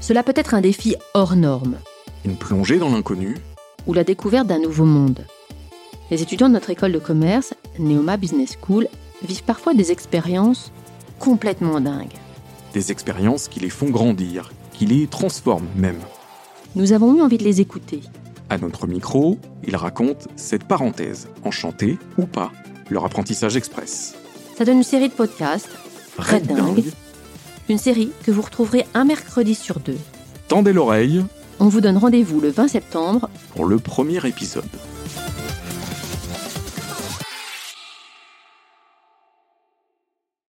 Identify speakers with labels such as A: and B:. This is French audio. A: Cela peut être un défi hors norme,
B: Une plongée dans l'inconnu
A: ou la découverte d'un nouveau monde. Les étudiants de notre école de commerce, Neoma Business School, vivent parfois des expériences complètement dingues.
B: Des expériences qui les font grandir, qui les transforment même.
A: Nous avons eu envie de les écouter.
B: À notre micro, ils racontent cette parenthèse, enchantée ou pas, leur apprentissage express.
A: Ça donne une série de podcasts, Red Dingue. une série que vous retrouverez un mercredi sur deux.
B: Tendez l'oreille
A: On vous donne rendez-vous le 20 septembre
B: pour le premier épisode.